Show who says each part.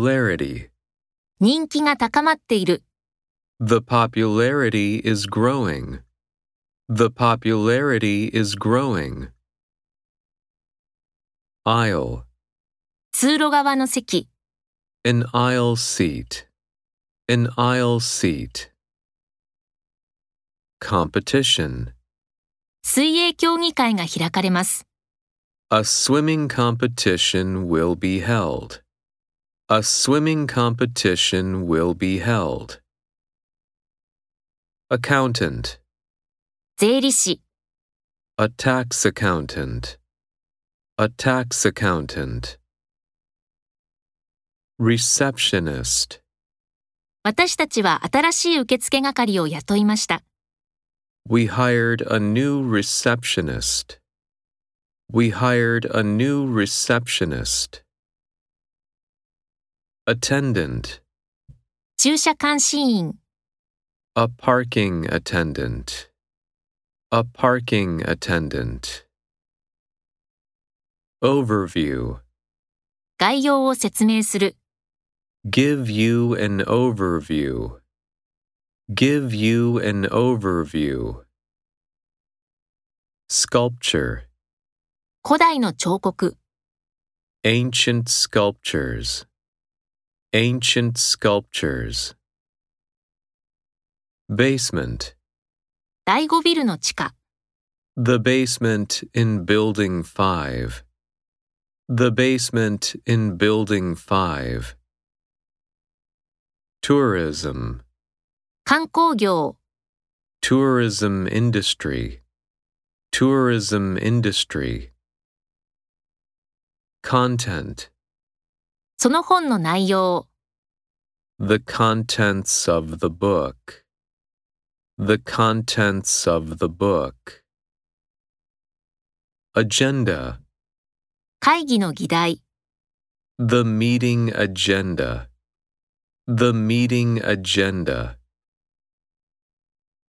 Speaker 1: Popularity.
Speaker 2: 人気が高まっている。
Speaker 1: The popularity is growing. The popularity is growing. Aisle.
Speaker 2: 通路側の席。
Speaker 1: An aisle seat. An aisle seat. Competition.
Speaker 2: 水泳競技会が開かれます。
Speaker 1: A swimming competition will be held. A swimming competition will be held. Accountant.
Speaker 2: 税理士、
Speaker 1: A tax accountant. A tax accountant. Receptionist.
Speaker 2: 私たちは新しい受付係を雇いました。
Speaker 1: We hired a new receptionist. We hired a new receptionist. Attendant.
Speaker 2: 駐車監視員、
Speaker 1: A parking attendant. A parking attendant. Overview.
Speaker 2: 概要を説明する。
Speaker 1: Give you an overview. Give you an overview. Sculpture.
Speaker 2: 古代の彫刻、
Speaker 1: Ancient sculptures. Ancient sculptures. Basement.
Speaker 2: 第5ビルの地下、
Speaker 1: The basement in Building 5. The basement in Building 5. Tourism.
Speaker 2: 観光業、
Speaker 1: Tourism industry. Tourism industry. Content.
Speaker 2: その本の内容、
Speaker 1: The contents of the book. The contents of the book. Agenda.
Speaker 2: 会議の議題、
Speaker 1: The meeting agenda. The meeting agenda.